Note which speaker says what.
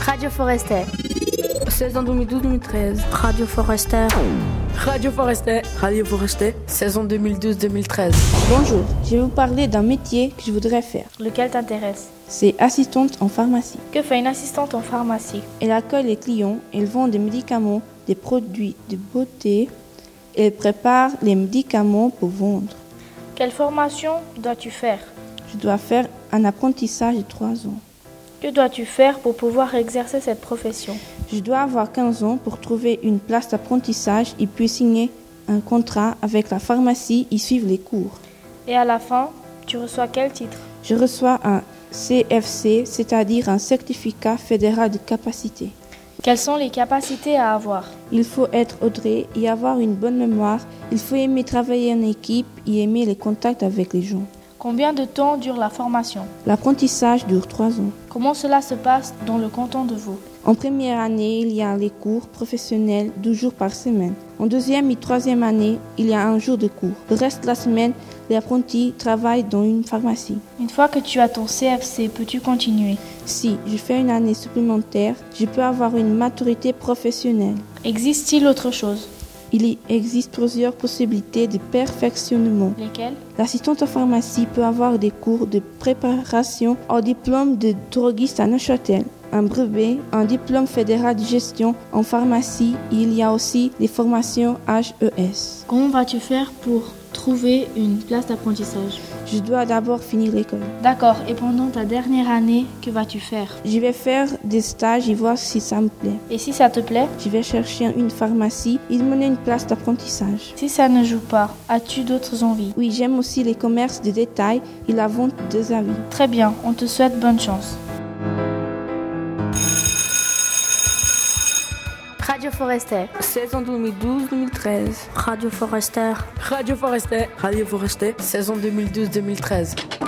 Speaker 1: Radio Forester.
Speaker 2: 16 en 2012-2013.
Speaker 1: Radio Forester.
Speaker 2: Radio Forester.
Speaker 3: Radio Forester.
Speaker 2: Saison 2012-2013.
Speaker 4: Bonjour, je vais vous parler d'un métier que je voudrais faire.
Speaker 1: Lequel t'intéresse
Speaker 4: C'est assistante en pharmacie.
Speaker 1: Que fait une assistante en pharmacie
Speaker 4: Elle accueille les clients, elle vend des médicaments, des produits de beauté, elle prépare les médicaments pour vendre.
Speaker 1: Quelle formation dois-tu faire
Speaker 4: Je dois faire un apprentissage de 3 ans.
Speaker 1: Que dois-tu faire pour pouvoir exercer cette profession
Speaker 4: Je dois avoir 15 ans pour trouver une place d'apprentissage et puis signer un contrat avec la pharmacie et suivre les cours.
Speaker 1: Et à la fin, tu reçois quel titre
Speaker 4: Je reçois un CFC, c'est-à-dire un certificat fédéral de capacité.
Speaker 1: Quelles sont les capacités à avoir
Speaker 4: Il faut être audré et avoir une bonne mémoire. Il faut aimer travailler en équipe et aimer les contacts avec les gens.
Speaker 1: Combien de temps dure la formation
Speaker 4: L'apprentissage dure 3 ans.
Speaker 1: Comment cela se passe dans le canton de Vaud
Speaker 4: En première année, il y a les cours professionnels 12 jours par semaine. En deuxième et troisième année, il y a un jour de cours. Le reste de la semaine, les apprentis travaillent dans une pharmacie.
Speaker 1: Une fois que tu as ton CFC, peux-tu continuer
Speaker 4: Si je fais une année supplémentaire, je peux avoir une maturité professionnelle.
Speaker 1: Existe-t-il autre chose
Speaker 4: Il y existe plusieurs possibilités de perfectionnement.
Speaker 1: Lesquelles
Speaker 4: L'assistante en pharmacie peut avoir des cours de préparation au diplôme de droguiste à Neuchâtel, un brevet, un diplôme fédéral de gestion en pharmacie. Il y a aussi des formations E HES.
Speaker 5: Comment vas-tu faire pour trouver une place d'apprentissage
Speaker 4: Je dois d'abord finir l'école.
Speaker 5: D'accord, et pendant ta dernière année, que vas-tu faire
Speaker 4: Je vais faire des stages et voir si ça me plaît.
Speaker 1: Et si ça te plaît
Speaker 4: Je vais chercher une pharmacie et demander une place d'apprentissage.
Speaker 1: Si ça ne joue pas, as-tu d'autres envies
Speaker 4: Oui, j'aime aussi les commerces de détail et la vente des avis.
Speaker 1: Très bien, on te souhaite bonne chance. Radio Forester.
Speaker 2: 16 en 2012-2013.
Speaker 1: Radio Forester.
Speaker 2: Radio Forester.
Speaker 3: Radio Forester.
Speaker 2: Saison 2012-2013.